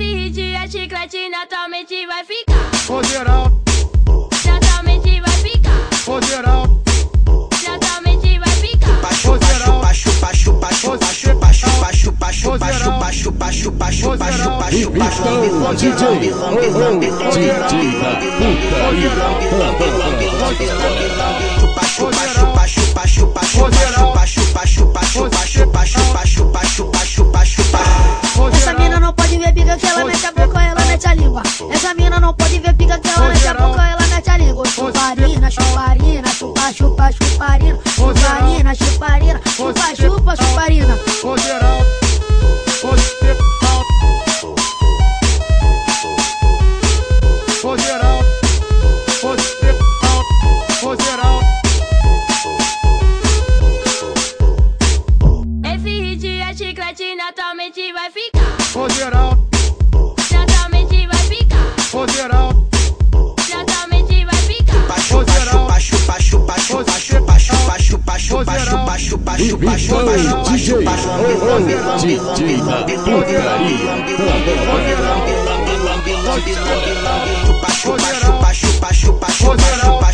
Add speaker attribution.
Speaker 1: é chiclete, naturalmente vai ficar.
Speaker 2: Ô geral,
Speaker 1: Naturalmente vai ficar.
Speaker 2: ô geral,
Speaker 1: Naturalmente vai ficar.
Speaker 2: ô geral,
Speaker 3: Então, DJ, oh, oh, DJ da putaria.
Speaker 4: Essa mina não pode ver pica que ela mete a boca, ela mete a língua. Essa mina não pode ver pica que ela mete a boca, ela mete a língua. Chuparina, chuparina, chupa, chupa, chuparina. Chuparina, chuparina, chupa, chupa, chuparina.
Speaker 2: ô geral, ô geral, ô geral, ô geral, ô geral.
Speaker 1: Esse hit é chiclete, naturalmente vai ficar.
Speaker 2: Ô geral,
Speaker 1: Naturalmente vai ficar.
Speaker 2: ô geral,
Speaker 1: Naturalmente vai ficar.
Speaker 3: Então, DJ, oh, oh, DJ da putaria.
Speaker 2: ô geral,